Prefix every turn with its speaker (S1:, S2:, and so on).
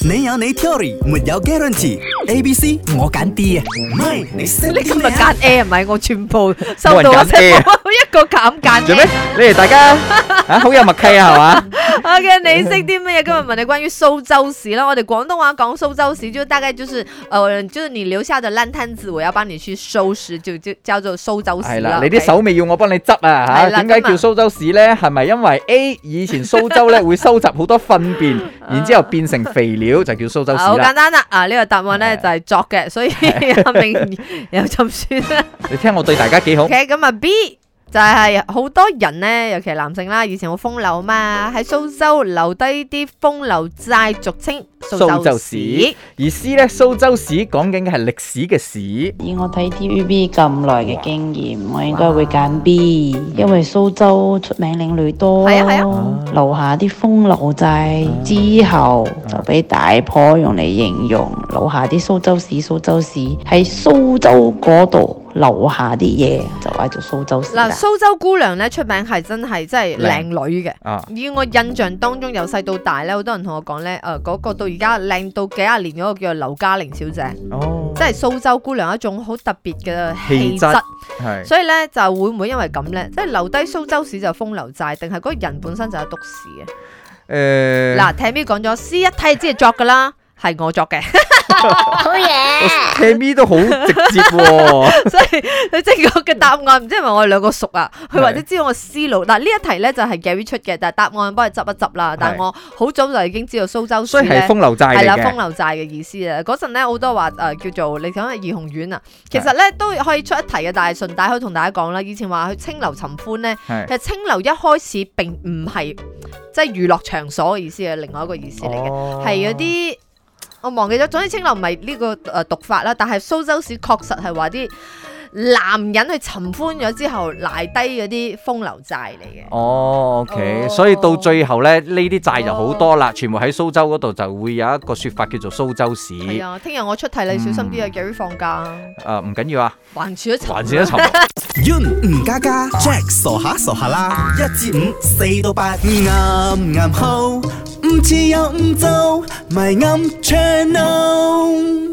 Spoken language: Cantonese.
S1: 你有你 theory，沒有 guarantee。A、B、C 我揀 D 啊，唔係你識
S2: 你今
S1: 啲
S2: 日
S1: 咩啊
S2: 揀 A 唔係我全部收到
S3: 冇人
S2: 啊，
S3: 揀 A 啊
S2: 冇 一個減揀 A
S3: 做咩？你哋 大家啊好有默契啊，係嘛？
S2: OK，你识啲咩？今日问你关于苏州市啦，我哋广东话讲苏州市，就大概就是，呃，就是你留下的烂摊子，我要帮你去收拾，就就叫做苏州市
S3: 係
S2: 啦
S3: 啦，。你啲
S2: OK
S3: 手尾要我幫你執
S2: 係
S3: 啊吓，
S2: 啦
S3: 點解
S2: 咁啊
S3: 叫蘇州屎呢？係咪因為 A 以前蘇州 呢會收集好多糞便，然之後變成肥料就叫蘇州
S2: 好
S3: 屎
S2: 简
S3: 啦？
S2: 单啦，啊呢个答案咧就
S3: 係
S2: 系作嘅，所以阿明有浸酸 啦。
S3: 你聽我對大家幾好，
S2: OK，咁啊 B 就係好多人咧，尤其係男性啦，以前好風流嘛，喺蘇州留低啲風流債，俗稱蘇
S3: 蘇
S2: 州
S3: 州
S2: 市。
S3: 屎而 C 呢，蘇州屎講緊嘅係歷史嘅史。
S4: 以我睇 TVB 咁耐嘅經驗，我應該會揀 B，因為蘇州出名靚女多，
S2: 係啊啊係
S4: 留下啲風流債之後，就俾大婆用嚟形容，留下啲蘇州市蘇州市喺蘇州嗰度留下啲嘢，就嗌做蘇州市啦
S2: 嗱，。蘇州姑娘咧出名係真係真係靚女嘅。
S3: 啊，
S2: 以我印象當中，由細到大咧，好多人同我講咧，誒、嗰、個到而家靚到幾廿年嗰個叫劉嘉玲小姐，
S3: 哦，
S2: 即係蘇州姑娘一種好特別嘅氣
S3: 氣
S2: 質
S3: 質。係
S2: 所以咧就會唔會因為咁咧，即係留低蘇州市就風流債，定係嗰個人本身就係督屎嘅？
S3: 誒
S2: 嗱，Tammy 講咗，C 一睇就知係作噶啦，係我作嘅，
S3: ，Tammy E 都好直 接喎，
S2: 所以佢正確嘅答案唔知係咪我哋兩個熟啊？佢或者知道我思路。嗱，呢一題咧就係 Gary 出嘅，但係答案幫佢執一執啦。但係我好早就已經知道蘇州市
S3: 所以係
S2: 咧。
S3: 風流債
S2: 係
S3: 嚟
S2: 啦，風
S3: 嘅。
S2: 流債嘅意思啊！嗰陣咧好多話誒、呃叫做你講係怡紅院啊，其實咧都可以出一題嘅，但係順帶可以同大家講啦。以前話去清流尋歡咧，其
S3: 係
S2: 實清流一開始並唔係即係娛樂場所嘅意思嘅，另外一個意思嚟嘅。
S3: 哦
S2: 係嗰啲我忘記咗，總之清流唔係呢個誒讀法啦，但係蘇州市確實係話啲男人去尋歡咗之後，賴低嗰啲風流債嚟嘅。
S3: 哦，OK，
S2: 哦
S3: 所以到最後咧，呢啲債就好多啦，全部喺蘇州嗰度就會有一個說法叫做蘇州市。
S2: 係啊，聽日我出題你小心啲啊，Gary 放假，
S3: 誒唔緊要啊，
S2: 還住一層。
S3: 還是一層。
S1: Yun 吳家家 Jack 傻下傻下啦，一至五四到八，啱啱好，唔似有唔做，咪啱 channel。